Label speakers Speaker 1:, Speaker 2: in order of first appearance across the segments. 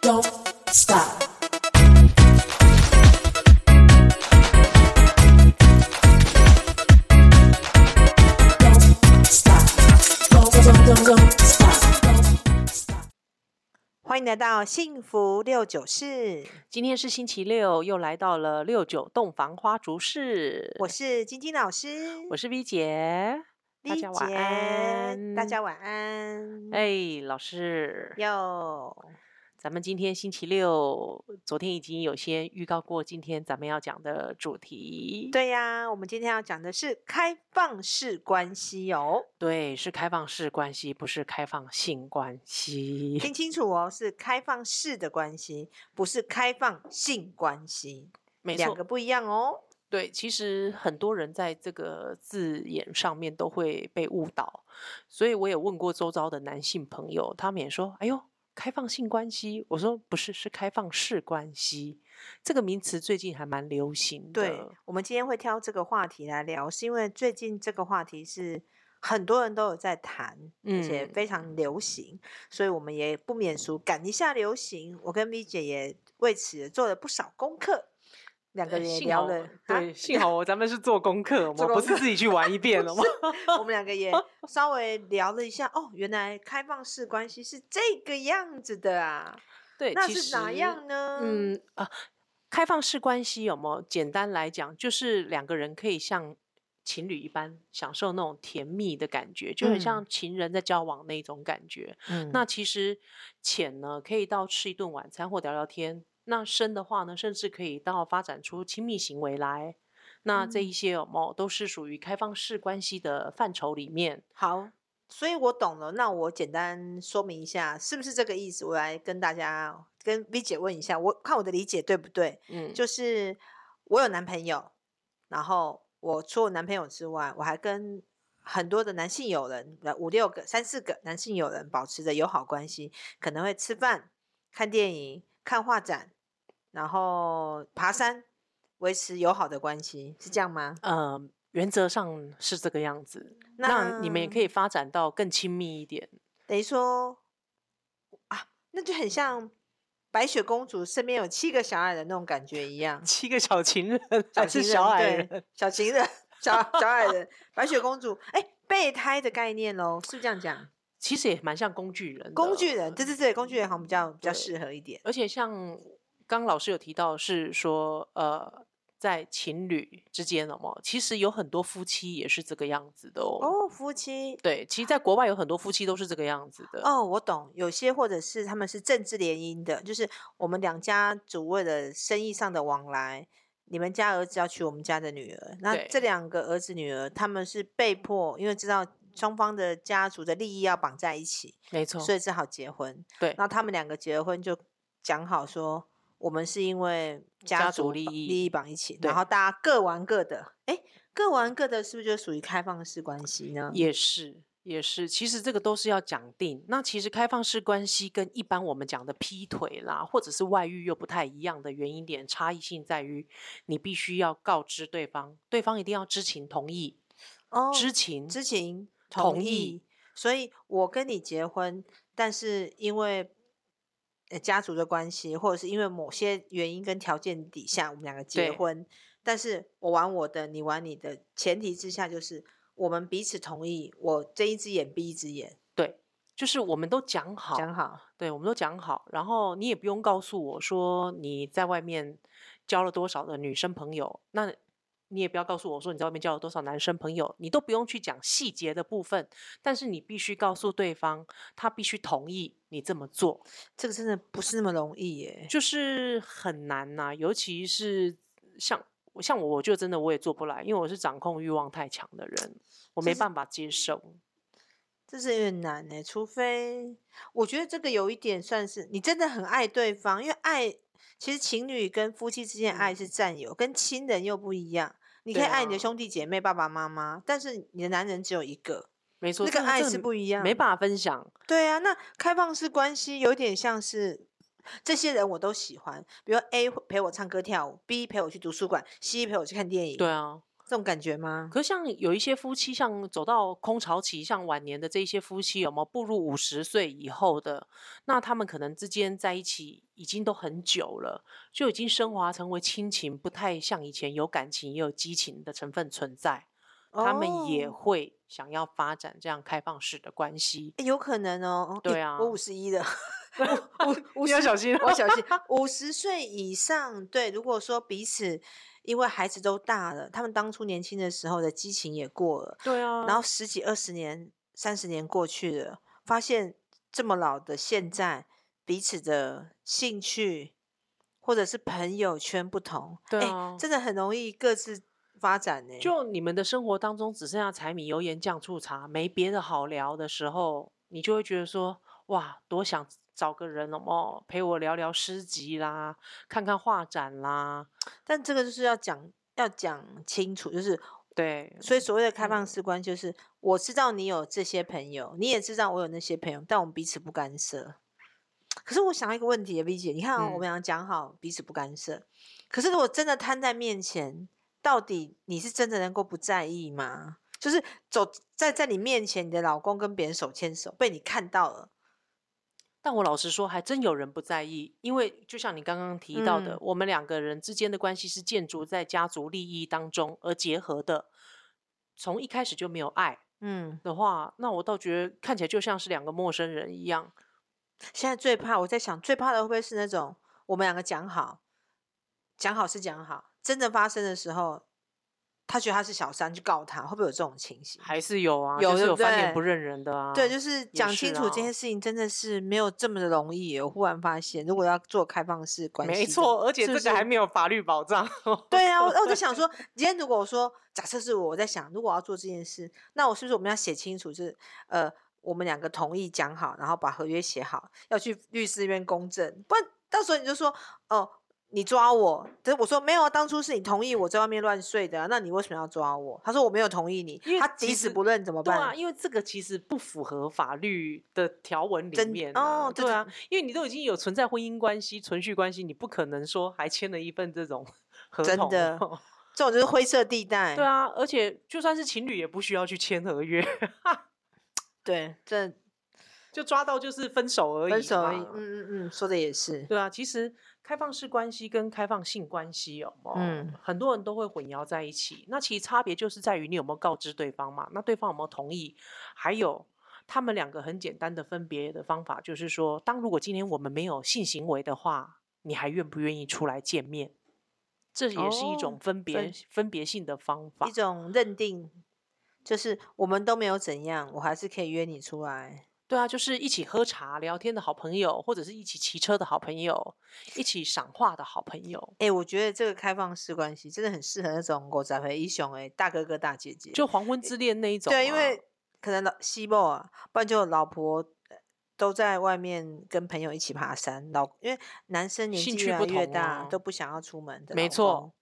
Speaker 1: don't stop. Don't stop. Don't, don't, don't, don't stop. Don't stop.
Speaker 2: 欢迎来到幸福六九室，
Speaker 3: 今天是星期六，又来到了六九洞房花烛式。
Speaker 2: 我是晶晶老师，
Speaker 3: 我是 V 姐，大
Speaker 2: 丽
Speaker 3: 家晚
Speaker 2: 姐
Speaker 3: 安
Speaker 2: 大家晚安。
Speaker 3: 哎，老师，
Speaker 2: 哟，
Speaker 3: 咱们今天星期六，昨天已经有先预告过，今天咱们要讲的主题，
Speaker 2: 对呀、我们今天要讲的是开放式关系哦，
Speaker 3: 对是开放式关系，不是开放性关系。
Speaker 2: 听清楚哦，是开放式的关系，不是开放性关系，
Speaker 3: 没
Speaker 2: 两
Speaker 3: 错
Speaker 2: 个，不一样哦。
Speaker 3: 对，其实很多人在这个字眼上面都会被误导，所以我也问过周遭的男性朋友，他们也说：“哎呦，开放性关系。”我说：“不是，是开放式关系。”这个名词最近还蛮流行的。
Speaker 2: 对，我们今天会挑这个话题来聊，是因为最近这个话题是很多人都有在谈，而且
Speaker 3: 嗯
Speaker 2: 非常流行，所以我们也不免俗赶一下流行。我跟 V 姐也为此也做了不少功课，两个
Speaker 3: 呃
Speaker 2: 人也
Speaker 3: 幸
Speaker 2: 聊
Speaker 3: 好
Speaker 2: 了，啊
Speaker 3: 对，幸好我咱们是做功课，我
Speaker 2: 做
Speaker 3: 们不
Speaker 2: 功
Speaker 3: 是
Speaker 2: 课
Speaker 3: 自己去玩一 遍了吗？
Speaker 2: 我们两个也稍微聊了一下，哦，原来开放式关系是这个样子的啊，
Speaker 3: 对，
Speaker 2: 那
Speaker 3: 其
Speaker 2: 是哪
Speaker 3: 实
Speaker 2: 样呢？
Speaker 3: 嗯啊，开放式关系有没有？简单来讲，就是两个人可以像情侣一般享受那种甜蜜的感觉，就很像情人在交往那一种感觉。
Speaker 2: 嗯，
Speaker 3: 那其实浅呢，可以到吃一顿晚餐或聊聊天；那深的话呢，甚至可以到发展出亲密行为来。那这一些有没有都是属于开放式关系的范畴里面？
Speaker 2: 好，所以我懂了。那我简单说明一下，是不是这个意思？我来跟大家跟 V 姐问一下，我看我的理解对不对？
Speaker 3: 嗯，
Speaker 2: 就是我有男朋友，然后我除了男朋友之外，我还跟很多的男性友人，呃五六个、三四个男性友人保持着友好关系，可能会吃饭、看电影、看画展，然后爬山，维持友好的关系，是这样吗？
Speaker 3: 呃，原则上是这个样子。那你们也可以发展到更亲密一点。，
Speaker 2: 等于说啊，那就很像白雪公主身边有七个小矮人那种感觉一样
Speaker 3: 七个小情人
Speaker 2: 小情
Speaker 3: 还啊是
Speaker 2: 人
Speaker 3: 小矮
Speaker 2: 对
Speaker 3: 人？
Speaker 2: 小情人、小小矮人、白雪公主，哎、备胎的概念喽，是不是这样讲？
Speaker 3: 其实也蛮像工具人的，
Speaker 2: 工具人，对对对，工具人好像比较比较
Speaker 3: 对哦
Speaker 2: 适合一点。
Speaker 3: 而且像刚老师有提到是说，呃，在情侣之间了嘛，其实有很多夫妻也是这个样子的哦。
Speaker 2: 哦，夫妻。
Speaker 3: 对，其实，在国外有很多夫妻都是这个样子的。
Speaker 2: 哦，我懂，有些或者是他们是政治联姻的，就是我们两家主为了生意上的往来，你们家儿子要娶我们家的女儿，那
Speaker 3: 对
Speaker 2: 这两个儿子女儿他们是被迫，因为知道双方的家族的利益要绑在一起，
Speaker 3: 没错，
Speaker 2: 所以只好结婚。
Speaker 3: 哦对
Speaker 2: 那他们两个结了婚就讲好说，我们是因为
Speaker 3: 家族
Speaker 2: 族
Speaker 3: 利
Speaker 2: 绑
Speaker 3: 益
Speaker 2: 利益绑一起，然
Speaker 3: 对
Speaker 2: 后大家各玩各的，哎，各玩各的，是不是就属于开放式关系呢？
Speaker 3: 也是。也是，其实这个都是要讲定。那其实开放式关系跟一般我们讲的劈腿啦，或者是外遇又不太一样的原因点差异性在于，你必须要告知对方，对方一定要知情同意，
Speaker 2: 哦
Speaker 3: 知情
Speaker 2: 知情
Speaker 3: 同
Speaker 2: 同
Speaker 3: 意
Speaker 2: 意，所以我跟你结婚，但是因为呃家族的关系，或者是因为某些原因跟条件底下，我们两个结
Speaker 3: 对
Speaker 2: 婚，但是我玩我的，你玩你的，前提之下就是我们彼此同意，我睁一只眼闭一只眼，
Speaker 3: 对，就是我们都讲好，
Speaker 2: 讲好，
Speaker 3: 对，我们都讲好，然后你也不用告诉我说你在外面交了多少的女生朋友，那你也不要告诉我说你在外面交了多少男生朋友，你都不用去讲细节的部分，但是你必须告诉对方，他必须同意你这么做，
Speaker 2: 这个真的不是那么容易耶。
Speaker 3: 就是很难呐、尤其是像。像我，我就真的我也做不来，因为我是掌控欲望太强的人，我
Speaker 2: 就
Speaker 3: 没
Speaker 2: 是
Speaker 3: 办法接受。
Speaker 2: 这是有点难呢、除非我觉得这个有一点算是你真的很爱对方，因为爱其实情侣跟夫妻之间的爱是占有，跟亲人又不一样。你可以
Speaker 3: 嗯对
Speaker 2: 爱你的
Speaker 3: 啊
Speaker 2: 兄弟姐妹、爸爸妈妈，但是你的男人只有一个，
Speaker 3: 没错，
Speaker 2: 那
Speaker 3: 这
Speaker 2: 个爱
Speaker 3: 这
Speaker 2: 是不一样。
Speaker 3: 没办法分享。
Speaker 2: 对啊，那开放式关系有点像是这些人我都喜欢，比如 A 陪我唱歌跳舞，B 陪我去图书馆，C 陪我去看电影，
Speaker 3: 对啊，
Speaker 2: 这种感觉吗？
Speaker 3: 可是像有一些夫妻，像走到空巢期，像晚年的这一些夫妻，有没有步入五十岁以后的？那他们可能之间在一起已经都很久了，就已经升华成为亲情，不太像以前有感情也有激情的成分存在。他们也
Speaker 2: 哦
Speaker 3: 会想要发展这样开放式的关 系。
Speaker 2: 欸有可能哦。
Speaker 3: 对
Speaker 2: 欸
Speaker 3: 啊
Speaker 2: 我五十一了，
Speaker 3: 你要小心哦
Speaker 2: 我小心。五十岁以上，对，如果说彼此因为孩子都大了，他们当初年轻的时候的激情也过了，
Speaker 3: 对啊，
Speaker 2: 然后十几、二十年、三十年过去了，发现这么老的现在，彼此的兴趣或者是朋友圈不同，
Speaker 3: 对
Speaker 2: 欸
Speaker 3: 啊
Speaker 2: 真的很容易各自发展呢、
Speaker 3: 就你们的生活当中只剩下柴米油盐酱醋茶，没别的好聊的时候，你就会觉得说，哇，多想找个人哦，陪我聊聊诗集啦，看看画展啦，
Speaker 2: 但这个就是要讲要讲清楚，就是
Speaker 3: 对，
Speaker 2: 所以所谓的开放
Speaker 3: 嗯
Speaker 2: 式关系就是，我知道你有这些朋友，你也知道我有那些朋友，但我们彼此不干涉。可是我想到一个问题，V 姐，你看、啊，我们
Speaker 3: 嗯
Speaker 2: 俩讲好彼此不干涉，可是如果真的摊在面前，到底你是真的能够不在意吗？就是走在在你面前，你的老公跟别人手牵手，被你看到了，
Speaker 3: 但我老实说，还真有人不在意，因为就像你刚刚提到的，
Speaker 2: 嗯
Speaker 3: 我们两个人之间的关系是建筑在家族利益当中而结合的，从一开始就没有爱
Speaker 2: 嗯，
Speaker 3: 的话，那我倒觉得看起来就像是两个陌生人一样。
Speaker 2: 现在最怕，我在想，最怕的会不会是那种我们两个讲好，讲好是讲好，真的发生的时候，他觉得他是小三去告他，会不会有这种情形？
Speaker 3: 还是有啊，
Speaker 2: 有
Speaker 3: 就
Speaker 2: 对
Speaker 3: 是有
Speaker 2: 不
Speaker 3: 翻脸
Speaker 2: 对
Speaker 3: 不认人的啊。
Speaker 2: 对，就是讲清楚
Speaker 3: 是
Speaker 2: 这件
Speaker 3: 啊
Speaker 2: 事情真的是没有这么的容易耶。我忽然发现，如果要做开放式关系的，
Speaker 3: 没错，而且
Speaker 2: 是
Speaker 3: 这
Speaker 2: 不
Speaker 3: 个还
Speaker 2: 是
Speaker 3: 没有法律 保障。哦
Speaker 2: 对啊，我我在想说，今天如果我说，假设是我，我在想，如果要做这件事，那我是不是我们要写清楚，就是呃，我们两个同意讲好，然后把合约写好，要去律师那边公证，不然到时候你就说哦、你抓我，但是我说没有啊，当初是你同意我在外面乱睡的啊、那你为什么要抓我？他说我没有同意你
Speaker 3: 因为，
Speaker 2: 他
Speaker 3: 其
Speaker 2: 即使
Speaker 3: 实
Speaker 2: 不认怎么
Speaker 3: 对
Speaker 2: 办？
Speaker 3: 啊，因为这个其实不符合法律的条文里
Speaker 2: 真
Speaker 3: 面、
Speaker 2: 哦
Speaker 3: 啊。
Speaker 2: 这
Speaker 3: 对
Speaker 2: 就
Speaker 3: 啊，因为你都已经有存在婚姻关系、存续关系，你不可能说还签了一份 这种合
Speaker 2: 真
Speaker 3: 同。哦
Speaker 2: 的哎这种就是灰色地带。
Speaker 3: 对啊，而且就算是情侣也不需要去签合约，
Speaker 2: 对，这
Speaker 3: 就抓到就是分手而已。
Speaker 2: 分手而已。嗯。嗯嗯，说的也是。
Speaker 3: 对啊，其实开放式关系跟开放性关系有没有
Speaker 2: 嗯
Speaker 3: 很多人都会混淆在一起。那其实差别就是在于你有没有告知对方嘛，那对方有没有同意，还有他们两个很简单的分别的方法，就是说，当如果今天我们没有性行为的话，你还愿不愿意出来见面？这也是一
Speaker 2: 哦
Speaker 3: 种分别、分别性的方法
Speaker 2: 一。种认定，就是我们都没有怎样，我还是可以约你出来。
Speaker 3: 对啊，就是一起喝茶聊天的好朋友，或者是一起骑车的好朋友，一起赏画的好朋友，
Speaker 2: 哎、我觉得这个开放式关系真的很适合那种狗仔陪英雄哎，大哥哥大姐姐。
Speaker 3: 就黄昏之恋那一种啊、
Speaker 2: 对，因为可能老西部啊，不然就老婆呃都在外面跟朋友一起爬山，老因为男生年纪
Speaker 3: 兴趣
Speaker 2: 越来
Speaker 3: 不
Speaker 2: 越
Speaker 3: 同
Speaker 2: 大，
Speaker 3: 啊
Speaker 2: 都不想要出门的。
Speaker 3: 没错。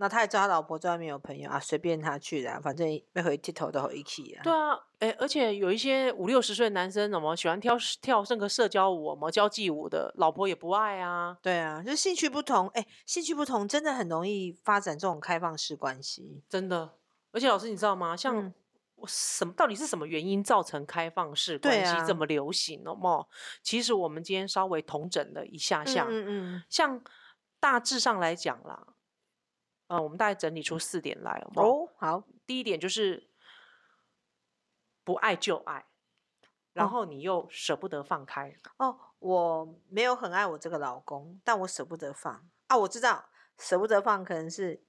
Speaker 2: 那他也知道他老婆在外面有朋友啊，随便他去啦，反正每回剃头都好一起啊。
Speaker 3: 对啊，哎、而且有一些五六十岁的男生，怎么喜欢跳跳那个社交舞，什么交际舞的，老婆也不爱啊。
Speaker 2: 对啊，就是兴趣不同，哎、兴趣不同真的很容易发展这种开放式关系。
Speaker 3: 真的。而且老师，你知道吗？像
Speaker 2: 嗯
Speaker 3: 我什么、到底是什么原因造成开放式
Speaker 2: 对
Speaker 3: 关系这
Speaker 2: 啊
Speaker 3: 么流行了嘛？其实我们今天稍微统整了一下下，
Speaker 2: 嗯
Speaker 3: 像大致上来讲啦，呃，我们大概整理出四点来
Speaker 2: 嗯，
Speaker 3: 哦。
Speaker 2: 哦，好，
Speaker 3: 第一点就是不爱就爱，然
Speaker 2: 哦
Speaker 3: 后你又舍不得放开。
Speaker 2: 哦，我没有很爱我这个老公，但我舍不得放啊。我知道舍不得放，可能是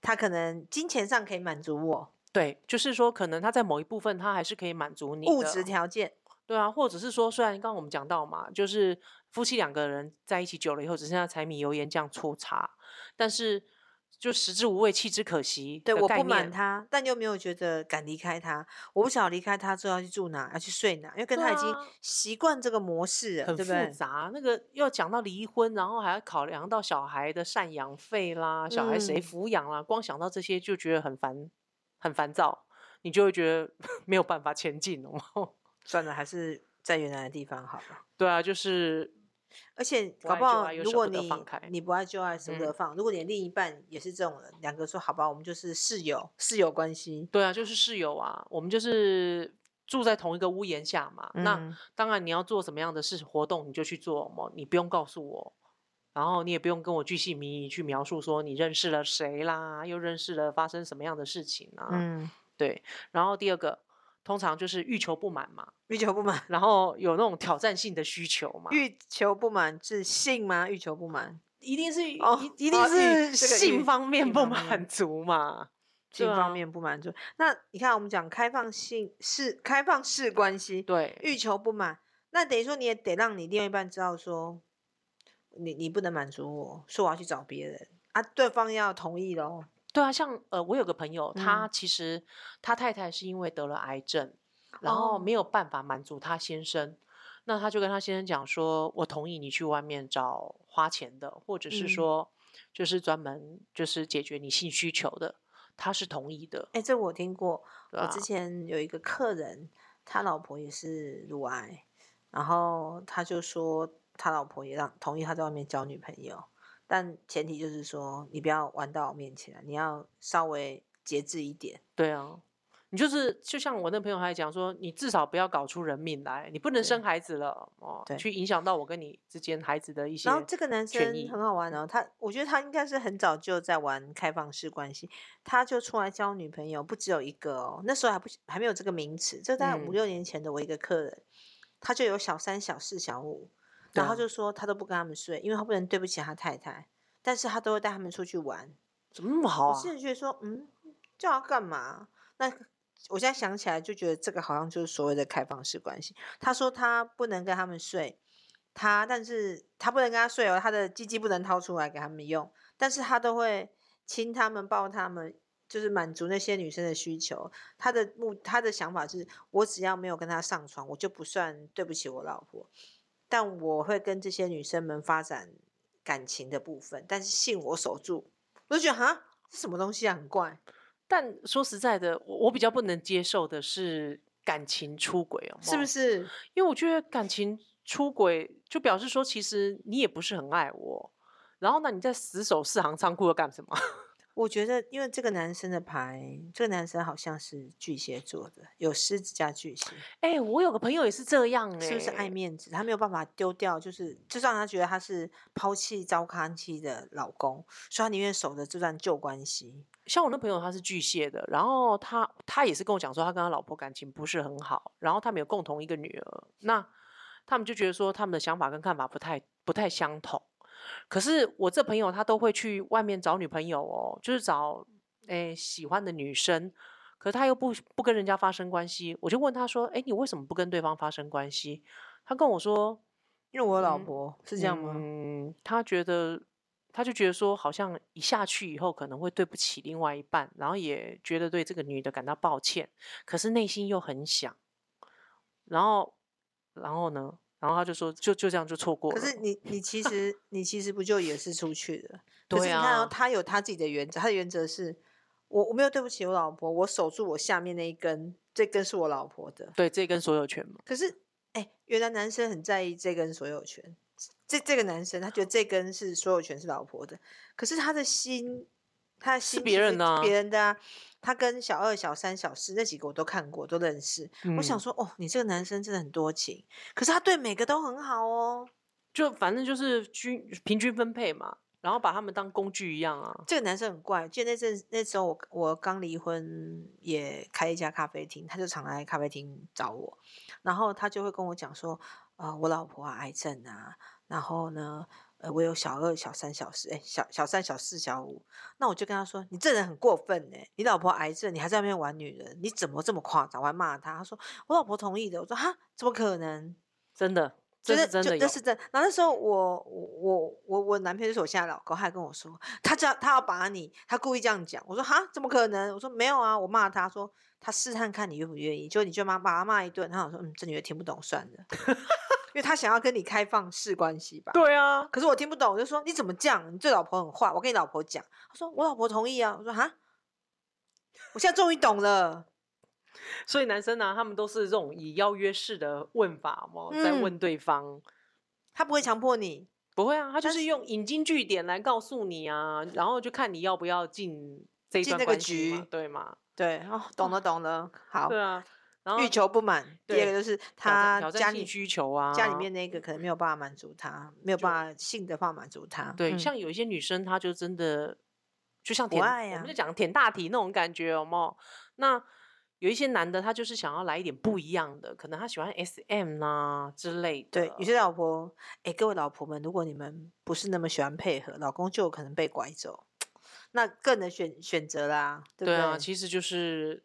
Speaker 2: 他可能金钱上可以满足我，
Speaker 3: 对，就是说，可能他在某一部分，他还是可以满足你
Speaker 2: 物
Speaker 3: 的
Speaker 2: 质条件，
Speaker 3: 对啊，或者是说，虽然刚刚我们讲到嘛，就是夫妻两个人在一起久了以后，只剩下柴米油盐酱醋茶，但是就食之无味，弃之可惜。
Speaker 2: 对，我不满，他，但又没有觉得敢离开他。我不晓得离开他之后要去住哪，要去睡哪，因为跟
Speaker 3: 对
Speaker 2: 他已经
Speaker 3: 啊
Speaker 2: 习惯这个模式了，
Speaker 3: 很
Speaker 2: 对
Speaker 3: 复
Speaker 2: 不对？
Speaker 3: 杂。那个要讲到离婚，然后还要考量到小孩的赡养费啦，小孩谁
Speaker 2: 嗯
Speaker 3: 抚养啦，光想到这些就觉得很烦，很烦躁，你就会觉得 没有 办法前进哦。
Speaker 2: 算了，还是在原来的地方好了。
Speaker 3: 对啊，就是
Speaker 2: 而且
Speaker 3: 不
Speaker 2: 搞
Speaker 3: 爱
Speaker 2: 不
Speaker 3: 就
Speaker 2: 好，
Speaker 3: 爱又
Speaker 2: 如
Speaker 3: 舍
Speaker 2: 果
Speaker 3: 不得
Speaker 2: 你
Speaker 3: 放开嗯
Speaker 2: 你不爱就爱，舍不得放。如果你的另一半也是这种人，两个说好吧，我们就是室友，室友关系。
Speaker 3: 对啊，就是室友啊，我们就是住在同一个屋檐下嘛。那
Speaker 2: 嗯
Speaker 3: 当然你要做什么样的事活动，你就去做嘛，你不用告诉我。然后你也不用跟我巨细靡遗去描述说你认识了谁啦，又认识了发生什么样的事情啊，
Speaker 2: 嗯，
Speaker 3: 对。然后第二个，通常就是欲求不满嘛，
Speaker 2: 欲求不满，
Speaker 3: 然后有那种挑战性的需求嘛，
Speaker 2: 欲求不满是性吗？欲求不满，
Speaker 3: 一定是
Speaker 2: 哦
Speaker 3: 一一
Speaker 2: 哦
Speaker 3: 定
Speaker 2: 欲
Speaker 3: 是
Speaker 2: 这个欲
Speaker 3: 性方面
Speaker 2: 性
Speaker 3: 不
Speaker 2: 方面
Speaker 3: 满足嘛，
Speaker 2: 性
Speaker 3: 对
Speaker 2: 方
Speaker 3: 啊
Speaker 2: 面不满足。那你看，我们讲开放性是开放式关系，
Speaker 3: 对，
Speaker 2: 欲求不满，那等于说你也得让你另一半知道说，你你不能满足我，说我要去找别人啊，对方要同意喽。
Speaker 3: 对啊，像呃，我有个朋友，他
Speaker 2: 嗯
Speaker 3: 其实他太太是因为得了癌症，然后
Speaker 2: 哦
Speaker 3: 没有办法满足他先生，那他就跟他先生讲说，我同意你去外面找花钱的，或者是
Speaker 2: 嗯
Speaker 3: 说就是专门就是解决你性需求的，他是同意的，
Speaker 2: 哎、这我听过，
Speaker 3: 对
Speaker 2: 我
Speaker 3: 啊
Speaker 2: 之前有一个客人，他老婆也是乳癌，然后他就说他老婆也让同意他在外面交女朋友，但前提就是说你不要玩到我面前啊来，你要稍微节制一点。
Speaker 3: 对啊。你就是就像我那朋友还讲说，你至少不要搞出人命来，你不能生
Speaker 2: 对
Speaker 3: 孩子了哦
Speaker 2: 对，
Speaker 3: 去影响到我跟你之间孩子的一些。
Speaker 2: 然后这个男
Speaker 3: 权
Speaker 2: 生
Speaker 3: 益嗯
Speaker 2: 很好玩哦，他我觉得他应该是很早就在玩开放式关系，他就出来交女朋友不只有一个哦，那时候还不还没有这个名词，这大概五
Speaker 3: 嗯
Speaker 2: 六年前的我一个客人，他就有小三、小四、小五，然后他
Speaker 3: 对
Speaker 2: 就说他都不跟他们睡，因为他不能对不起他太太，但是他都会带他们出去玩。
Speaker 3: 怎么那么好
Speaker 2: 我
Speaker 3: 啊？
Speaker 2: 现在觉得说，嗯，叫他干嘛？那我现在想起来就觉得这个好像就是所谓的开放式关系。他说他不能跟他们睡，他但是他不能跟他睡哦，他的鸡鸡不能掏出来给他们用，但是他都会亲他们、抱他们。就是满足那些女生的需求，他的目他的想法是，我只要没有跟他上床，我就不算对不起我老婆，但我会跟这些女生们发展感情的部分，但是性我守住，我就觉得哈，这什么东西啊，很怪。
Speaker 3: 但说实在的，我我比较不能接受的是感情出轨哦，
Speaker 2: 是不？是？
Speaker 3: 因为我觉得感情出轨就表示说，其实你也不是很爱我。然后呢，你在死守四行仓库又干什么？
Speaker 2: 我觉得，因为这个男生的牌，这个男生好像是巨蟹座的，有狮子加巨蟹，
Speaker 3: 哎、我有个朋友 也是这样、哎，
Speaker 2: 是不是爱？面子？他没有办法丢掉，就是就算他觉得他是抛弃糟糠妻的老公，所以他宁愿守着这段旧关系。
Speaker 3: 像我那朋友他是巨蟹的，然后他他也是跟我讲说，他跟他老婆感情不是很好，然后他们有共同一个女儿，那他们就觉得说他们的想法跟看法不太不太相同。可是我这朋友他都会去外面找女朋友哦，就是找诶喜欢的女生，可是他又不不跟人家发生关系。我就问他说，诶，你为什么不跟对方发生关系？他跟我说，
Speaker 2: 因为我老
Speaker 3: 嗯
Speaker 2: 婆、是这样吗？
Speaker 3: 嗯，他觉得，他就觉得说，好像一下去以后可能会对不起另外一半，然后也觉得对这个女的感到抱歉，可是内心又很想，然后，然后呢，然后他就说，就就这样就错过了。
Speaker 2: 可是你你其实你其实不就也是出去的？可
Speaker 3: 对
Speaker 2: 是你看、哦
Speaker 3: 啊，
Speaker 2: 他有他自己的原则，他的原则是我我没有对不起我老婆，我守住我下面那一根，这根是我老婆的。
Speaker 3: 对这跟所有权嘛，
Speaker 2: 可是哎、原来男生很在意这根所有权，这这个男生他觉得这根是所有权是老婆的，可是他的心。他的心
Speaker 3: 别
Speaker 2: 其实
Speaker 3: 人的啊
Speaker 2: 别人的啊，他跟小二、小三、小四那几个我都看过，都认识。我想
Speaker 3: 嗯
Speaker 2: 说，哦，你这个男生真的很多情，可是他对每个都很好哦。
Speaker 3: 就反正就是均平均分配嘛，然后把他们当工具一样啊。
Speaker 2: 这个男生很怪，记得那阵那时候我我刚离婚，也开一家咖啡厅，他就常来咖啡厅找我，然后他就会跟我讲说，啊，我老婆啊癌症啊，然后呢，呃，我有小二、小三、小四，哎，小小三、小四、小五，那我就跟他说，你这人很过分哎、你老婆癌症，你还在那边玩女人，你怎么这么夸张？我还骂他，他说我老婆同意的，我说哈，怎么可能？
Speaker 3: 真的，这
Speaker 2: 就是
Speaker 3: 真
Speaker 2: 就
Speaker 3: 的有
Speaker 2: 这。是真。然后那时候我我我我我男朋友就是我现在的老公，他还跟我说，他知道他要把你，他故意这样讲。我说哈，怎么可能？我说没有啊，我骂他说他试探看你愿不愿意，就你就骂把他骂一顿。他想说嗯，这女的听不懂算 了，因为他想要跟你开放式关系吧。
Speaker 3: 对啊，
Speaker 2: 可是我听不懂，我就说你怎么这样？你对老婆很坏，我跟你老婆讲。他说我老婆同意啊。我说哈，我现在终于懂了。
Speaker 3: 所以啊
Speaker 2: 嗯
Speaker 3: 男生呢、他们都是这种以邀约式的问法嘛，在问对方。
Speaker 2: 他不会强迫你，
Speaker 3: 不会啊，他就
Speaker 2: 但
Speaker 3: 是
Speaker 2: 是
Speaker 3: 用引经据典来告诉你啊，然后就看你要不要进这一
Speaker 2: 进
Speaker 3: 段
Speaker 2: 那个
Speaker 3: 关系嘛
Speaker 2: 局
Speaker 3: 对吗？
Speaker 2: 对哦，懂了懂了，好，
Speaker 3: 对啊，然后
Speaker 2: 欲求不满。第
Speaker 3: 对
Speaker 2: 二个就是
Speaker 3: 挑战
Speaker 2: 他
Speaker 3: 挑
Speaker 2: 家
Speaker 3: 战性
Speaker 2: 里
Speaker 3: 需求啊，
Speaker 2: 家里面那个可能没有办法满足他，没有办法性的办法满足他。
Speaker 3: 对，
Speaker 2: 嗯
Speaker 3: 像有一些女生，她就真的就像
Speaker 2: 不
Speaker 3: 舔，
Speaker 2: 爱
Speaker 3: 我
Speaker 2: 呀
Speaker 3: 们就讲舔大题那种感觉，有没有？那有一些男的，他就是想要来一点不一样的，可能他喜欢 SM 呐、之类的。
Speaker 2: 对有些
Speaker 3: 呃
Speaker 2: 老婆，哎，各位老婆们，如果你们不是那么喜欢配合，老公就有可能被拐走，那更能选选择啦，对不
Speaker 3: 对
Speaker 2: 对？
Speaker 3: 啊，其实就是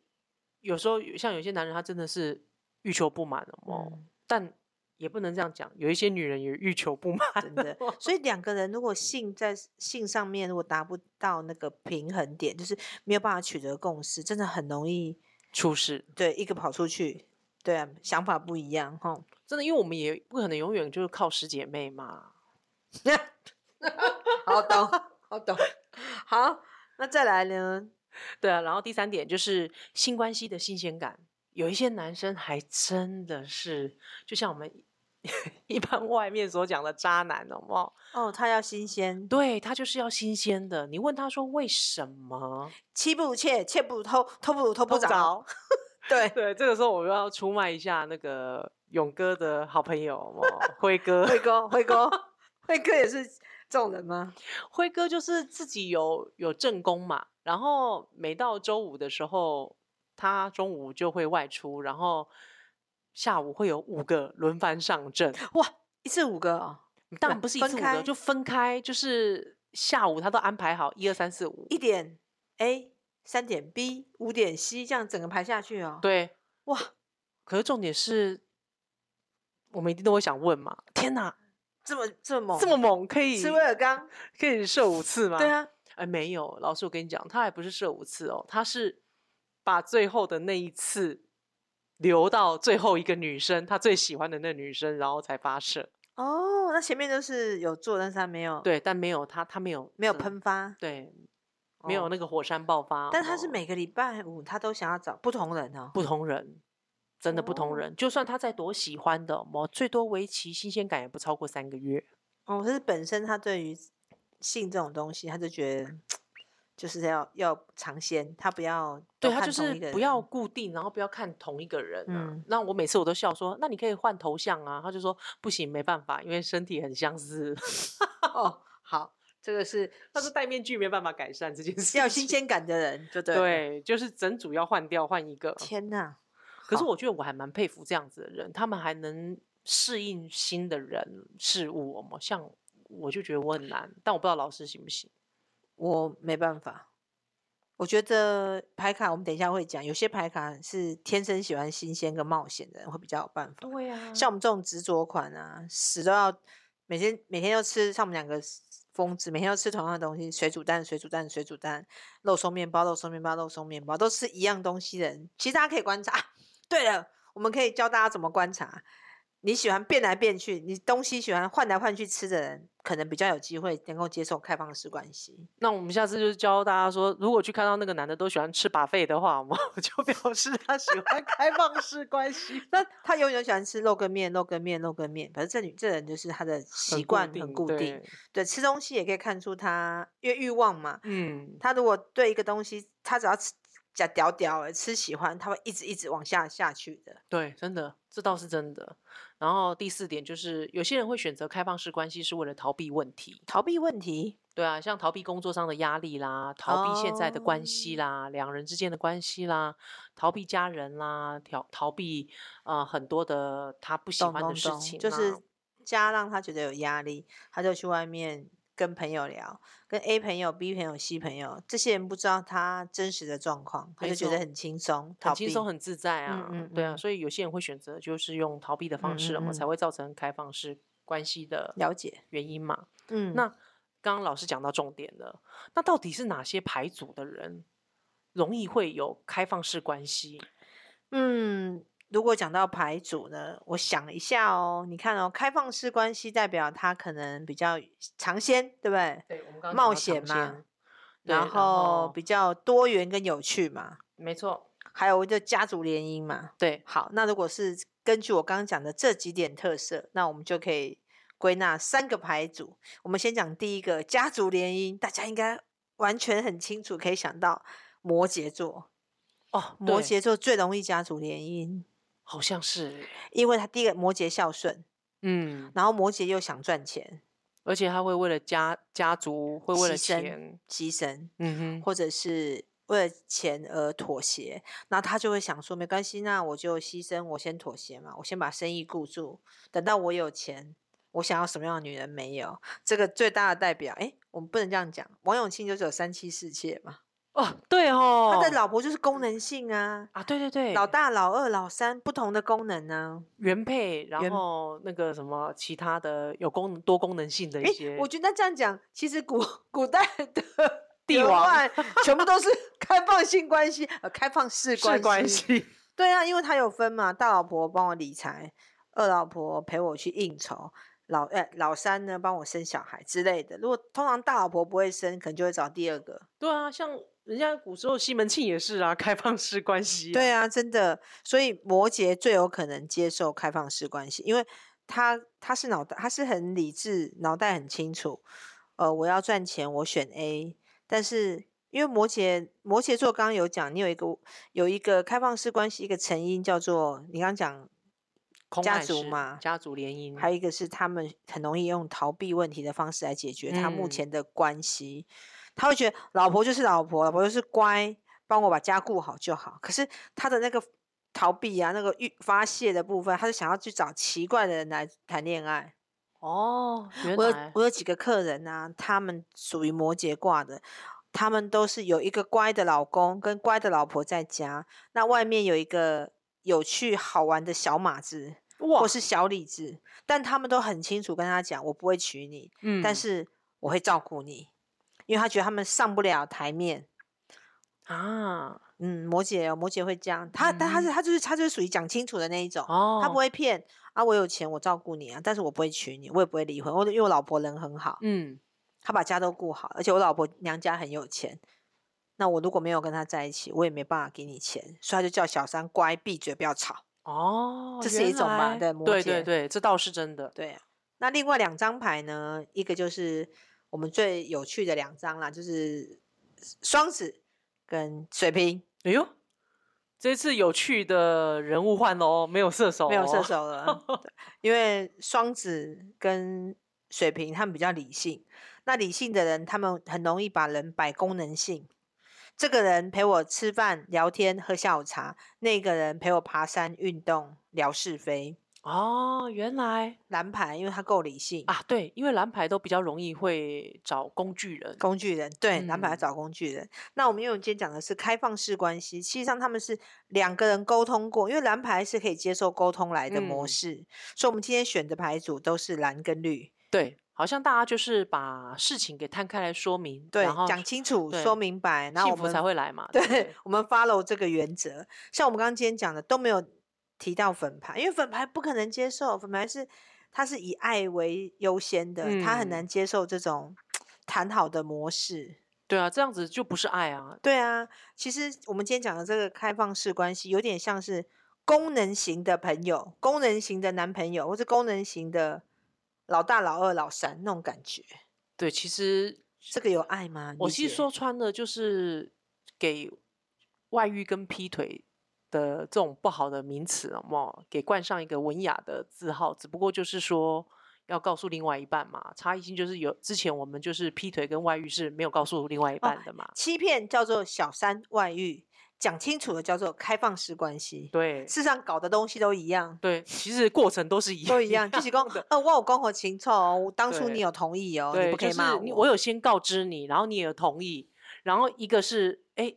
Speaker 3: 有时候像有些男人，他真的是欲求不满，有没有？
Speaker 2: 嗯
Speaker 3: 但也不能这样讲，有一些女人也欲求不满。
Speaker 2: 真的。所以两个人如果性在性上面如果达不到那个平衡点，就是没有办法取得共识，真的很容易
Speaker 3: 出事
Speaker 2: 对一个跑出去，对啊，想法不一样哈。
Speaker 3: 真的，因为我们也不可能永远就是靠十姐妹嘛。
Speaker 2: 好懂，好懂。好，那再来呢？
Speaker 3: 对啊，然后第三点就是性关系的新鲜感。有一些男生还真的是，就像我们 一般外面所讲的渣男，好不好？
Speaker 2: 哦，他要新鲜，
Speaker 3: 对他就是要新鲜的。你问他说为什么？
Speaker 2: 妻不如妾，妾不如偷，偷不如偷不
Speaker 3: 偷不
Speaker 2: 着。对，
Speaker 3: 对，这个时候我又要出卖一下那个勇哥的好朋友嘛， 辉哥。
Speaker 2: 辉哥，辉哥， 辉哥也是这种人吗？
Speaker 3: 辉哥就是自己有有正宫嘛，然后每到周五的时候，他中午就会外出，然后下午会有五个轮番上阵。
Speaker 2: 哇，一次五个哦，
Speaker 3: 当
Speaker 2: 对
Speaker 3: 然不是一
Speaker 2: 分
Speaker 3: 次五个，
Speaker 2: 开
Speaker 3: 就分开，就是下午他都安排好一二三四五，
Speaker 2: 一点 A，三点 B，五点 C，这样整个排下去哦。，
Speaker 3: 对。
Speaker 2: 哇，
Speaker 3: 可是重点是，我们一定都会想问嘛，天哪，
Speaker 2: 这么这么猛
Speaker 3: 这么猛，可以
Speaker 2: 吃威尔刚？
Speaker 3: 可以射五次吗？
Speaker 2: 对，啊，
Speaker 3: 哎，没有，老师我跟你讲，他还不是射五次哦，他是把最后的那一次留到最后一个女生，他最喜欢的那女生，然后才发射。
Speaker 2: 哦，那前面都是有做，但是他没有，，
Speaker 3: 对，但没有他，他没有
Speaker 2: 没有
Speaker 3: 射
Speaker 2: 喷，发，
Speaker 3: 对，没有
Speaker 2: 哦
Speaker 3: 那个火山爆发。
Speaker 2: 但他是
Speaker 3: 哦
Speaker 2: 每个礼拜五他都想要找不同人哦。
Speaker 3: 不同人，真的不同
Speaker 2: 哦
Speaker 3: 人。就算他再多喜欢的，我最多为期新鲜感也不超过三个月。
Speaker 2: 哦，就是本身他对于性这种东西，他就觉得就是要要尝鲜，他不要
Speaker 3: 对
Speaker 2: 都
Speaker 3: 他
Speaker 2: 看
Speaker 3: 就
Speaker 2: 同
Speaker 3: 是
Speaker 2: 一个
Speaker 3: 不要
Speaker 2: 人
Speaker 3: 固定，然后不要看同一个人、啊。
Speaker 2: 嗯
Speaker 3: 那我每次我都笑说，那你可以换头像啊。他就说不行，没办法，因为身体很相似。
Speaker 2: 哦。好，这个是
Speaker 3: 他说戴面具没办法改善 这件事情。
Speaker 2: 要新鲜感的人，就对了。
Speaker 3: 对，就是整组要换掉，换一个。
Speaker 2: 天哪！
Speaker 3: 可是
Speaker 2: 好
Speaker 3: 我觉得我还蛮佩服这样子的人，他们还能适应新的人事物。我们像我就觉得我很难，但我不知道老师行不行。
Speaker 2: 我没办法。我觉得牌卡我们等一下会讲，有些牌卡是天生喜欢新鲜跟冒险的人会比较有办法。
Speaker 3: 对呀
Speaker 2: 像我们这种执着款啊，死都要每天每天都吃，像我们两个是疯子，每天都吃同样的东西，水煮蛋、水煮蛋、水煮蛋，肉松面包、肉松面包、肉松面包，都吃一样东西的人，其实大家可以观察。 啊对了，我们可以教大家怎么观察。你喜欢变来变去，你东西喜欢换来换去吃的人，可能比较有机会能够接受开放式关系。。
Speaker 3: 那我们下次就是教大家说，如果去看到那个男的都喜欢吃把费的话，我们 就表示他喜欢开放式关系
Speaker 2: 那他永远喜欢吃肉跟面，肉跟面，肉跟面。反正这女这人就是他的习惯很固定，
Speaker 3: 对
Speaker 2: 对吃东西也可以看出他，因为欲望嘛。
Speaker 3: 嗯，
Speaker 2: 他如果对一个东西，他只要吃假屌屌的吃喜欢，他会一直一直往下下去的。
Speaker 3: 对，真的，这倒是真的。然后第四点就是，有些人会选择开放式关系是为了逃避问题。
Speaker 2: 逃避问题，
Speaker 3: 对啊，像逃避工作上的压力啦，逃避现在的关系
Speaker 2: 哦
Speaker 3: 啦，两人之间的关系啦，逃避家人啦，逃逃避呃很多的他不喜
Speaker 2: 懂
Speaker 3: 欢
Speaker 2: 懂
Speaker 3: 的事
Speaker 2: 懂
Speaker 3: 情，啦，
Speaker 2: 就是家让他觉得有压力，他就去外面跟朋友聊，跟 A 朋友、B 朋友、C 朋友，这些人不知道他真实的状况，他
Speaker 3: 没
Speaker 2: 就觉得
Speaker 3: 错
Speaker 2: 很轻松，逃
Speaker 3: 很
Speaker 2: 避
Speaker 3: 轻松、很自在啊，
Speaker 2: 嗯
Speaker 3: 对啊，
Speaker 2: 嗯
Speaker 3: 所以有些人会选择就是用逃避的方式，我
Speaker 2: 嗯嗯
Speaker 3: 们才
Speaker 2: 嗯
Speaker 3: 会造成开放式关系的
Speaker 2: 了解。
Speaker 3: 原因嘛。
Speaker 2: 嗯，
Speaker 3: 那刚刚老师讲到重点了，那到底是哪些牌组的人容易会有开放式关系？
Speaker 2: 嗯，如果讲到牌组呢，我想一下哦，你看哦，开放式关系代表他可能比较尝鲜，对不对？
Speaker 3: 对，我们
Speaker 2: 刚刚
Speaker 3: 刚
Speaker 2: 讲到冒险嘛
Speaker 3: 对，
Speaker 2: 然后比较多元跟有趣嘛，
Speaker 3: 没错，
Speaker 2: 还有就家族联姻嘛。
Speaker 3: 对。
Speaker 2: 好，那如果是根据我刚刚讲的这几点特色，那我们就可以归纳三个牌组。我们先讲第一个家族联姻，大家应该完全很清楚，可以想到摩羯座，
Speaker 3: 哦，
Speaker 2: 摩
Speaker 3: 对
Speaker 2: 羯座最容易家族联姻，
Speaker 3: 好像是，
Speaker 2: 因为他第一个摩羯孝顺，
Speaker 3: 嗯，
Speaker 2: 然后摩羯又想赚钱，
Speaker 3: 而且他会为了家家族，会为了
Speaker 2: 牺牲
Speaker 3: 钱，
Speaker 2: 牺牲，
Speaker 3: 嗯哼，
Speaker 2: 或者是为了钱而妥协，那他就会想说，没关系，那我就牺牲，我先妥协嘛，我先把生意顾住，等到我有钱，我想要什么样的女人没有？这个最大的代表，哎，我们不能这样讲，王永庆就是有三妻四妾嘛，
Speaker 3: 哦，对哦，
Speaker 2: 他的老婆就是功能性啊，
Speaker 3: 啊，对对对，
Speaker 2: 老大、老二、老三不同的功能啊呢、
Speaker 3: 原配，然
Speaker 2: 原
Speaker 3: 后那个什么其他的有功能多功能性的一
Speaker 2: 诶，
Speaker 3: 些，
Speaker 2: 我觉得这样讲，其实古古代的
Speaker 3: 帝
Speaker 2: 文
Speaker 3: 王
Speaker 2: 案全部都是 开放性关系，呃，开放式
Speaker 3: 是 关
Speaker 2: 系。
Speaker 3: 系，
Speaker 2: 对啊，因为他有分嘛，大老婆帮我理财，二老婆陪我去应酬，老呃老三呢帮我生小孩之类的。如果通常大老婆不会生，可能就会找第二个。
Speaker 3: 对啊，像人家古时候西门庆也是啊，开放式关系、
Speaker 2: 对
Speaker 3: 啊，
Speaker 2: 啊，真的，所以摩羯最有可能接受开放式关系，因为他他是脑袋，他是很理智，脑袋很清楚。呃，我要赚钱，我选 A，但是因为摩羯摩羯座刚刚有讲，你有一个有一个开放式关系，一个成因叫做你刚刚讲
Speaker 3: 空
Speaker 2: 家
Speaker 3: 难
Speaker 2: 族
Speaker 3: 式
Speaker 2: 嘛
Speaker 3: 家族联姻，
Speaker 2: 还有一个是他们很容易用逃避问题的方式来解决他目
Speaker 3: 嗯
Speaker 2: 前的关系。他会觉得老婆就是老婆，老婆就是乖，帮我把家顾好就好。可是他的那个逃避啊，那个欲发泄的部分，他是想要去找奇怪的人来谈恋爱。
Speaker 3: 哦，原
Speaker 2: 我有
Speaker 3: 来
Speaker 2: 我有几个客人啊，他们属于摩羯卦的，他们都是有一个乖的老公跟乖的老婆在家，那外面有一个有趣好玩的小马子，
Speaker 3: 哇
Speaker 2: 或，是小理智，但他们都很清楚跟他讲，我不会娶你，
Speaker 3: 嗯
Speaker 2: 但是我会照顾你，因为他觉得他们上不了台面。
Speaker 3: 啊，
Speaker 2: 嗯，摩羯哦，摩羯会这样，他、但他是他就是他就是属于讲清楚的那一种，
Speaker 3: 嗯哦，
Speaker 2: 他不，会骗啊，我有钱我照顾你啊，但是我不会娶你，我也不会离婚，我因为我老婆人很好，
Speaker 3: 嗯，
Speaker 2: 她把家都顾好，而且我老婆娘家很有钱。那我如果没有跟她在一起，我也没办法给你钱，所以他就叫小三乖，闭嘴，不要吵。
Speaker 3: 哦，
Speaker 2: 这是一
Speaker 3: 原
Speaker 2: 种嘛
Speaker 3: 来
Speaker 2: 对摩
Speaker 3: 对对
Speaker 2: 羯
Speaker 3: 对，这倒是真的，
Speaker 2: 对啊，那另外两张牌呢，一个就是我们最有趣的两张啦，就是双子跟水瓶，
Speaker 3: 哎呦。这次有趣的人物换了哦，没有射手、哦，
Speaker 2: 没有射，手了，对因为双子跟水瓶他们比较理性，那理性的人他们很容易把人摆功能性。这个人陪我吃饭、聊天、喝下午茶，那个人陪我爬山、运动、聊是非。
Speaker 3: 哦，原来
Speaker 2: 蓝牌，因为他够理性
Speaker 3: 啊，对，因为蓝牌都比较容易会找工具人，
Speaker 2: 工具人，对，男朋友
Speaker 3: 嗯
Speaker 2: 找工具人。那我们因为我们今天讲的是开放式关系，其实上他们是两个人沟通过，因为蓝牌是可以接受沟通来的模
Speaker 3: 嗯
Speaker 2: 式，所以我们今天选的牌组都是蓝跟绿，
Speaker 3: 对，好像大家就是把事情给摊开来说明，
Speaker 2: 对
Speaker 3: 然，后
Speaker 2: 讲清楚，
Speaker 3: 对
Speaker 2: 说明白，然后
Speaker 3: 幸
Speaker 2: 我
Speaker 3: 福
Speaker 2: 们
Speaker 3: 才会来嘛。不
Speaker 2: 对，我们 follow 这个原则。像我们刚刚今天讲的都没有提到粉牌，因为粉牌不可能接受，粉牌是它是以爱为优先的，他很
Speaker 3: 嗯
Speaker 2: 难接受这种谈好的模式。
Speaker 3: 对啊，这样子就不是爱啊。
Speaker 2: 对啊，其实我们今天讲的这个开放式关系，有点像是功能型的朋友、功能型的男朋友，或是功能型的老大、老二、老三那种感觉。
Speaker 3: 对，其实
Speaker 2: 这个有爱吗？
Speaker 3: 我
Speaker 2: 理
Speaker 3: 其实
Speaker 2: 解
Speaker 3: 说穿了，就是给外遇跟劈腿的这种不好的名词，好不好给冠上一个文雅的字号，只不过就是说。要告诉另外一半嘛，差异性就是有之前我们就是劈腿跟外遇是没有告诉另外
Speaker 2: 哦
Speaker 3: 一半的嘛，
Speaker 2: 欺骗叫做小三外遇，讲清楚了叫做开放式关系。
Speaker 3: 对
Speaker 2: 世上搞的东西都一样，
Speaker 3: 对，其实过程都是一
Speaker 2: 都一 样，就是讲，呃，我有讲和情错哦，我当初
Speaker 3: 对
Speaker 2: 你有同意哦，
Speaker 3: 对，
Speaker 2: 你不可以
Speaker 3: 就
Speaker 2: 骂
Speaker 3: 是
Speaker 2: 我。
Speaker 3: 你我有先告知你，然后你也有同意，然后一个是哎，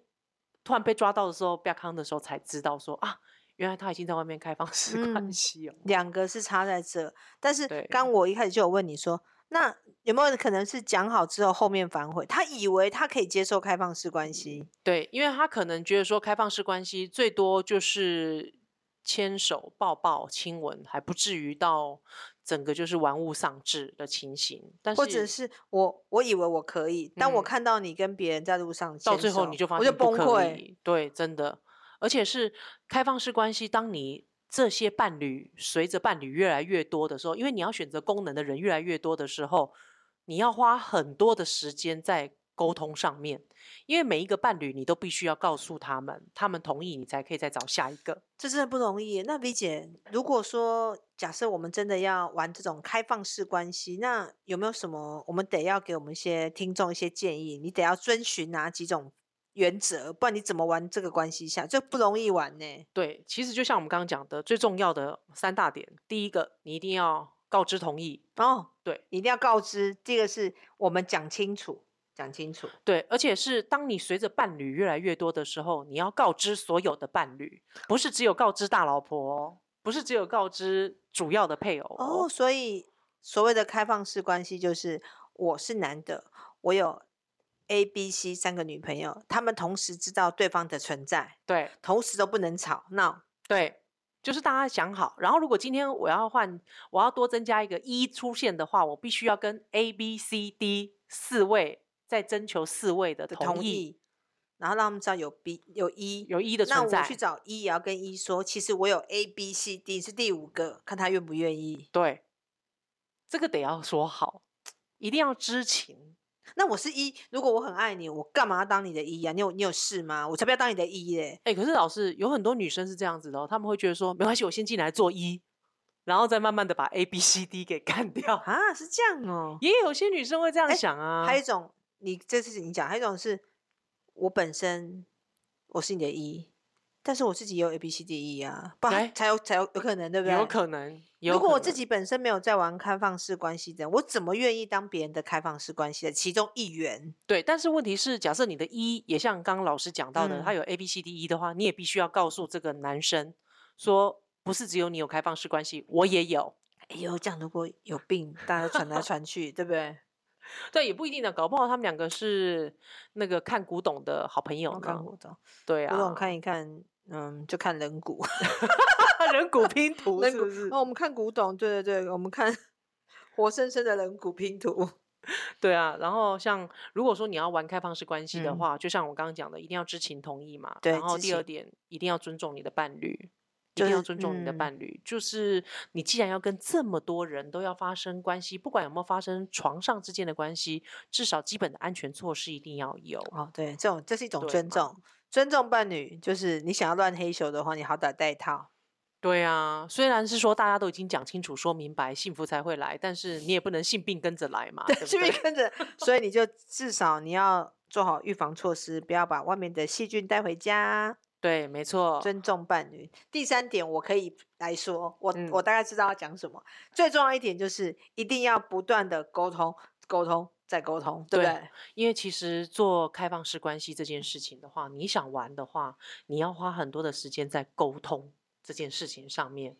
Speaker 3: 突然被抓到的时候，被康的时候才知道说啊，原来他已经在外面开放式关
Speaker 2: 嗯
Speaker 3: 系哦。
Speaker 2: 两个是差在这，但是
Speaker 3: 对
Speaker 2: 刚我一开始就有问你说，那有没有可能是讲好之后后面反悔？他以为他可以接受开放式关系，
Speaker 3: 对，因为他可能觉得说开放式关系最多就是牵手、抱抱、亲吻，还不至于到整个就是玩物丧志的情形。但是
Speaker 2: 或者是我我以为我可以，当我
Speaker 3: 嗯
Speaker 2: 看到你跟别人在路上
Speaker 3: 到
Speaker 2: 牵
Speaker 3: 最后
Speaker 2: 手
Speaker 3: 你就发
Speaker 2: 我
Speaker 3: 现
Speaker 2: 就
Speaker 3: 不
Speaker 2: 崩
Speaker 3: 可
Speaker 2: 溃。
Speaker 3: 以，对，真的，而且是开放式关系。当你这些伴侣随着伴侣越来越多的时候，因为你要选择功能的人越来越多的时候，你要花很多的时间在沟通上面，因为每一个伴侣你都必须要告诉他们，他们同意你才可以再找下一个。
Speaker 2: 这真的不容易耶。那 V 姐，如果说假设我们真的要玩这种开放式关系，那有没有什么我们得要给我们一些听众一些建议？你得要遵循哪几种原则？不然你怎么玩这个关系下？这不容易玩呢。
Speaker 3: 对，其实就像我们刚刚讲的，最重要的三大点，第一个你一定要告知同意，
Speaker 2: 哦，
Speaker 3: 对，
Speaker 2: 一定要告知。第一个是我们讲清楚，讲清楚。
Speaker 3: 对，而且是当你随着伴侣越来越多的时候，你要告知所有的伴侣，不是只有告知大老婆哦，不是只有告知主要的配偶
Speaker 2: 哦，
Speaker 3: 哦，
Speaker 2: 所以所谓的开放式关系就是我是男的，我有 A、B、C 三个女朋友，他们同时知道对方的存在，
Speaker 3: 对
Speaker 2: 同时都不能吵闹。
Speaker 3: 对，就是大家想好。然后，如果今天我要换，我要多增加一个一出现的话，我必须要跟 A、B、C、D 四位再征求四位的
Speaker 2: 的
Speaker 3: 同意，
Speaker 2: 同意，然后让他们知道有 B 有一、
Speaker 3: 有一的
Speaker 2: 那
Speaker 3: 存
Speaker 2: 我
Speaker 3: 在
Speaker 2: 去。找一、也要跟一、说，其实我有 A B C D 是第五个，看他愿不愿意。
Speaker 3: 对，这个得要说好，一定要知情。
Speaker 2: 那我是一，如果我很爱你，我干嘛要当你的一呀、啊？你有你有事吗？我才不要当你的一嘞！
Speaker 3: 哎、可是老师有很多女生是这样子的、哦，她们会觉得说没关系，我先进来做一，然后再慢慢的把 A、B、C、D 给干掉。
Speaker 2: 啊，是这样哦。
Speaker 3: 也有些女生会这样
Speaker 2: 哎
Speaker 3: 想啊，
Speaker 2: 还有一种，你这次你讲，还有一种是我本身我是你的一，但是我自己也有 A B C D E 啊，不然
Speaker 3: 哎
Speaker 2: 才有才有有可能，对不对？
Speaker 3: 有可能。有
Speaker 2: 如果
Speaker 3: 可
Speaker 2: 我自
Speaker 3: 能
Speaker 2: 己本身没有在玩开放式关系的人，我怎么愿意当别人的开放式关系的其中一员？
Speaker 3: 对，但是问题是，假设你的一也像刚刚老师讲到的，他
Speaker 2: 嗯
Speaker 3: 有 A B C D E 的话，你也必须要告诉这个男生说，不是只有你有开放式关系，我也有。
Speaker 2: 哎呦，这样如果有病，大家传来传去，对不对？
Speaker 3: 对，也不一定的，搞不好他们两个是那个看古董的好朋 友
Speaker 2: 我
Speaker 3: 呢
Speaker 2: 哦看。古董，
Speaker 3: 对
Speaker 2: 古
Speaker 3: 啊，
Speaker 2: 董看一看，嗯，就看人骨，
Speaker 3: 人骨拼 图
Speaker 2: 人
Speaker 3: 是
Speaker 2: 骨
Speaker 3: 不是？
Speaker 2: 哦，我们看古董，对对对，我们看 活生生的人骨拼图。
Speaker 3: 对啊，然后像如果说你要玩开放式关系的
Speaker 2: 嗯
Speaker 3: 话，就像我刚刚讲的，一定要知情同意嘛。
Speaker 2: 对
Speaker 3: 然后
Speaker 2: 知
Speaker 3: 第二
Speaker 2: 情
Speaker 3: 点，一定要尊重你的伴侣，
Speaker 2: 就
Speaker 3: 一定要
Speaker 2: 是
Speaker 3: 尊重你的
Speaker 2: 嗯
Speaker 3: 伴侣。就是你既然要跟这么多人都要发生关系，不管有没有发生床上之间的关系，至少基本的安全措施一定要有。
Speaker 2: 哦，对，这种这是一种
Speaker 3: 对
Speaker 2: 尊
Speaker 3: 嘛
Speaker 2: 重，尊重伴侣，就是你想要乱黑球的话，你好歹带套。
Speaker 3: 对啊，虽然是说大家都已经讲清楚、说明白，幸福才会来，但是你也不能性病跟着来嘛，对不
Speaker 2: 是不
Speaker 3: 对
Speaker 2: 是跟着？ 所以你就至少你要做好预防措施，不要把外面的细菌带回家。
Speaker 3: 对，没错，
Speaker 2: 尊重伴侣。第三点，我可以来说，我、
Speaker 3: 嗯
Speaker 2: 我大概知道要讲什么。最重要一点就是一定要不断的沟通，沟通再沟通，对不
Speaker 3: 对
Speaker 2: 对？
Speaker 3: 因为其实做开放式关系这件事情的话，你想玩的话，你要花很多的时间在沟通这件事情上面。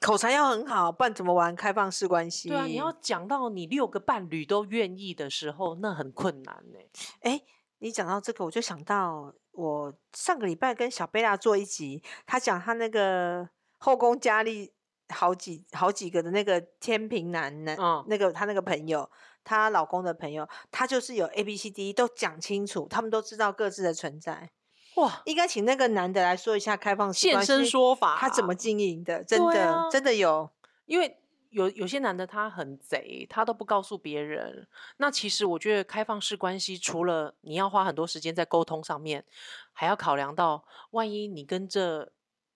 Speaker 2: 口才要很好，不然怎么玩开放式关系？
Speaker 3: 对啊，你要讲到你六个伴侣都愿意的时候，那很困难呢、
Speaker 2: 哎，你讲到这个，我就想到我上个礼拜跟小贝拉做一集，他讲他那个后宫佳丽好几好几个的那个天平男呢，
Speaker 3: 嗯
Speaker 2: 那个他那个朋友，她老公的朋友，他就是有 A B C D E 都讲清楚，他们都知道各自的存在。
Speaker 3: 哇，
Speaker 2: 应该请那个男的来说一下开放式
Speaker 3: 现
Speaker 2: 关
Speaker 3: 身
Speaker 2: 系
Speaker 3: 说法，啊
Speaker 2: 他怎么经营的？真
Speaker 3: 对
Speaker 2: 的、
Speaker 3: 啊
Speaker 2: 真的有
Speaker 3: 因为有有些男的他很贼，他都不告诉别人。那其实我觉得开放式关系，除了你要花很多时间在沟通上面，还要考量到，万一你跟这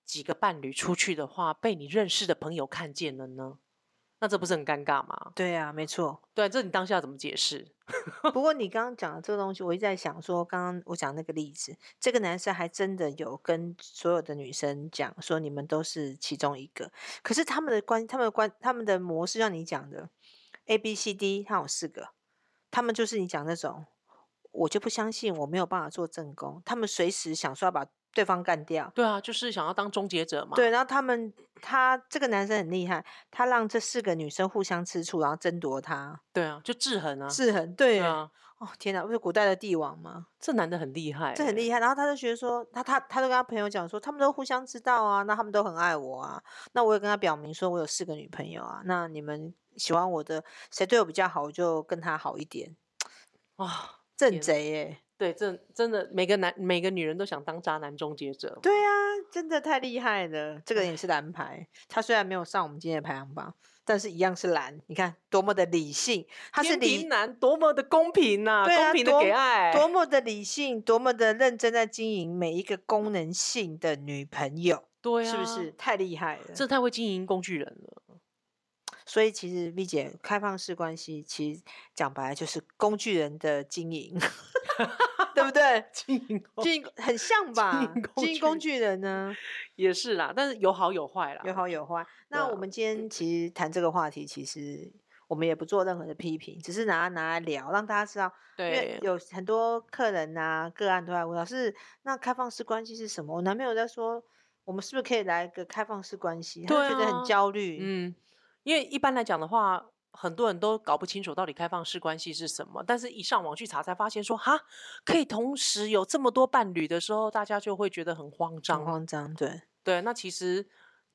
Speaker 3: 几个伴侣出去的话，被你认识的朋友看见了呢？那这不是很尴尬吗？
Speaker 2: 对啊，没错。
Speaker 3: 对啊，这你当下怎么解释？
Speaker 2: 不过你刚刚讲的这个东西，我一直在想说，刚刚我讲那个例子，这个男生还真的有跟所有的女生讲说，你们都是其中一个。可是他们的关，他们的关，他们的模式，像你讲的 A、B、C、D，他有四个，他们就是你讲那种，我就不相信，我没有办法做正宫，他们随时想说要把对方干掉。
Speaker 3: 对啊，就是想要当终结者嘛。
Speaker 2: 对，然后他们，他这个男生很厉害，他让这四个女生互相吃醋，然后争夺他，
Speaker 3: 对啊，就制衡啊。
Speaker 2: 制衡。对
Speaker 3: 对，啊，
Speaker 2: 哦天哪，不是古代的帝王吗？
Speaker 3: 这男的很厉害、欸
Speaker 2: 这很厉害。然后他就觉得说，他他他就跟他朋友讲说，他们都互相知道啊，那他们都很爱我啊。那我也跟他表明说，我有四个女朋友啊，那你们喜欢我的，谁对我比较好，我就跟他好一点。
Speaker 3: 害啊！
Speaker 2: 这很
Speaker 3: 天
Speaker 2: 贼耶、
Speaker 3: 对，真真的每个男每个女人都想当渣男终结者。
Speaker 2: 对啊，真的太厉害了，这个也是蓝牌。他虽然没有上我们今天的排行榜，但是一样是蓝。你看多么的理性，他是
Speaker 3: 天平哎
Speaker 2: 理
Speaker 3: 男多么的公平呐、
Speaker 2: 对啊
Speaker 3: 公平的
Speaker 2: 多
Speaker 3: 给爱，
Speaker 2: 多么的理性，多么的认真在经营每一个功能性的女朋友，
Speaker 3: 对啊，
Speaker 2: 是不是？太厉害了？
Speaker 3: 这太会经营工具人了。
Speaker 2: 所以其实丽姐开放式关系，其实讲白了就是工具人的经营， 对不 对？
Speaker 3: 经营工
Speaker 2: 经营很像吧
Speaker 3: 哦营？工
Speaker 2: 经营
Speaker 3: 具
Speaker 2: 工具人呢？
Speaker 3: 也是啦，但是有好有坏啦。
Speaker 2: 有好有坏。那
Speaker 3: 对
Speaker 2: 我
Speaker 3: 啊
Speaker 2: 们今天其实谈这个话题，其实我们也不做任何的批评，只是拿拿来聊，让大家知道，因为
Speaker 3: 对，
Speaker 2: 有很多客人呐、个案都在问老师，那开放式关系是什么？我男朋友在说，我们是不是可以来一个开放式关系？他
Speaker 3: 对
Speaker 2: 就觉得很
Speaker 3: 啊
Speaker 2: 焦虑。
Speaker 3: 嗯，因为一般来讲的话，很多人都搞不清楚到底开放式关系是什么，但是一上网去查才发现说，哈，可以同时有这么多伴侣的时候，大家就会觉得很慌
Speaker 2: 很
Speaker 3: 张。
Speaker 2: 慌张，对，
Speaker 3: 对，那其实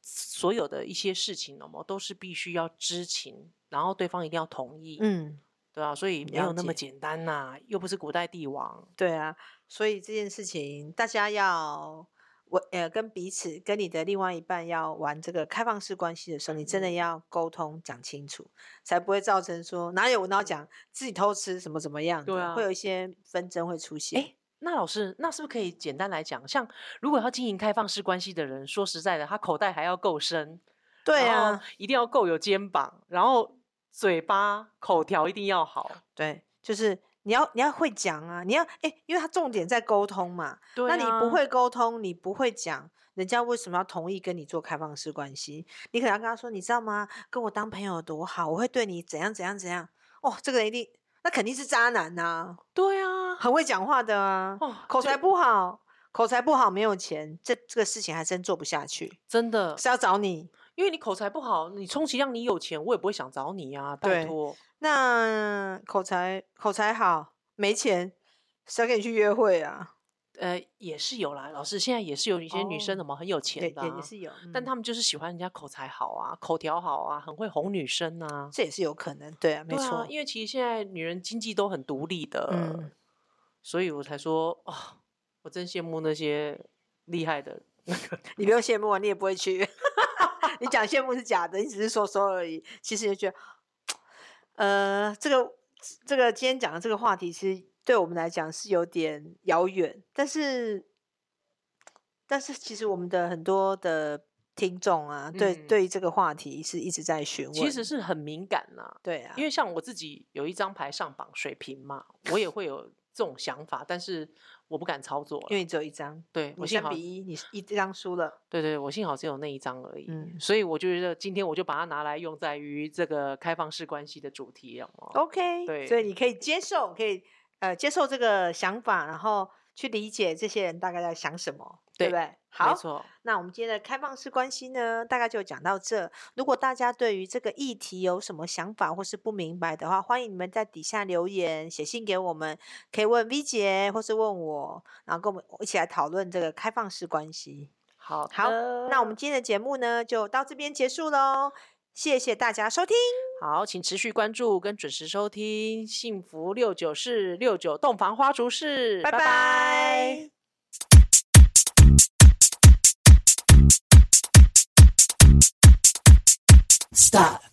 Speaker 3: 所有的一些事情，那么都是必须要知情，然后对方一定要同意，
Speaker 2: 嗯，
Speaker 3: 对啊，所以没有那
Speaker 2: 了
Speaker 3: 么
Speaker 2: 解
Speaker 3: 简单呐、又不是古代帝王。
Speaker 2: 对啊，所以这件事情大家要。我呃，跟彼此跟你的另外一半要玩这个开放式关系的时候，你真
Speaker 3: 嗯
Speaker 2: 的要沟通讲清楚，才不会造成说哪有我哪有讲自己偷吃什么怎么样的，
Speaker 3: 对啊
Speaker 2: 会有一些纷争会出现。
Speaker 3: 诶那老师，那是不是可以简单来讲，像如果要经营开放式关系的人，说实在的，他口袋还要够深，
Speaker 2: 对
Speaker 3: 然
Speaker 2: 啊
Speaker 3: 后，一定要够有肩膀，然后嘴巴口条一定要好。
Speaker 2: 对，就是你要你要会讲啊，你要哎、因为他重点在沟通嘛，
Speaker 3: 对
Speaker 2: 那你不
Speaker 3: 啊
Speaker 2: 会沟通，你不会讲，人家为什么要同意跟你做开放式关系？你可能要跟他说，你知道吗？跟我当朋友有多好，我会对你怎样怎样怎样。哦，这个人一定，那肯定是渣男呐、
Speaker 3: 对 啊，
Speaker 2: 很会讲话的啊，
Speaker 3: 哦
Speaker 2: 口
Speaker 3: 这
Speaker 2: 才不好，口才不好，没有钱，这这个事情还真做不下去，
Speaker 3: 真的，
Speaker 2: 是要找你。
Speaker 3: 因为你口才不好，你充其量你有钱，我也不会想找你啊，拜
Speaker 2: 对
Speaker 3: 托。
Speaker 2: 那口才口才好，没钱，谁要跟你去约会啊？
Speaker 3: 呃，也是有啦，老师现在也是有一些女
Speaker 2: 哦
Speaker 3: 生什么很有钱
Speaker 2: 也
Speaker 3: 的、
Speaker 2: 也
Speaker 3: 啊，
Speaker 2: 也是有，
Speaker 3: 但
Speaker 2: 嗯
Speaker 3: 他们就是喜欢人家口才好啊，口条好啊，很会哄女生啊。
Speaker 2: 这也是有可能，对啊，没
Speaker 3: 对啊
Speaker 2: 错，
Speaker 3: 因为其实现在女人经济都很独立的，
Speaker 2: 嗯
Speaker 3: 所以我才说哦，我真羡慕那些厉害的那个。
Speaker 2: 你不用羡慕啊，你也不会去。 你讲羡慕是假的，你只是说说而已。其实就觉得，呃，这个这个今天讲的这个话题，其实对我们来讲是有点遥远，但是但是其实我们的很多的听众啊，对
Speaker 3: 嗯
Speaker 2: 对于这个话题是一直在询问，
Speaker 3: 其实是很敏感呐、
Speaker 2: 对啊，
Speaker 3: 因为像我自己有一张牌上榜水平嘛，我也会有这种想法，但是我不敢操作
Speaker 2: 因
Speaker 3: 了。
Speaker 2: 为你只有一张，
Speaker 3: 对我
Speaker 2: 你
Speaker 3: 幸
Speaker 2: 三
Speaker 3: 好，
Speaker 2: 比一，你一张输了，
Speaker 3: 对对，我幸好只有那一张而已。
Speaker 2: 嗯
Speaker 3: 所以我就觉得今天我就把它拿来用在于这个开放式关系的主题了。
Speaker 2: ，OK，所以
Speaker 3: 对
Speaker 2: 你可以接受，可以呃接受这个想法，然后去理解这些人大概在想什么，对不
Speaker 3: 对
Speaker 2: 对？好
Speaker 3: 没，错，
Speaker 2: 那我们今天的开放式关系呢，大概就讲到这。如果大家对于这个议题有什么想法或是不明白的话，欢迎你们在底下留言、写信给我们，可以问 V 姐或是问我，然后跟我们一起来讨论这个开放式关系。
Speaker 3: 好
Speaker 2: 好
Speaker 3: 的，
Speaker 2: 那我们今天的节目呢，就到这边结束喽。谢谢大家收听，
Speaker 3: 好，请持续关注跟准时收听《幸福六九室六九洞房花烛事》，
Speaker 2: 拜
Speaker 3: 拜
Speaker 2: 拜。
Speaker 3: 拜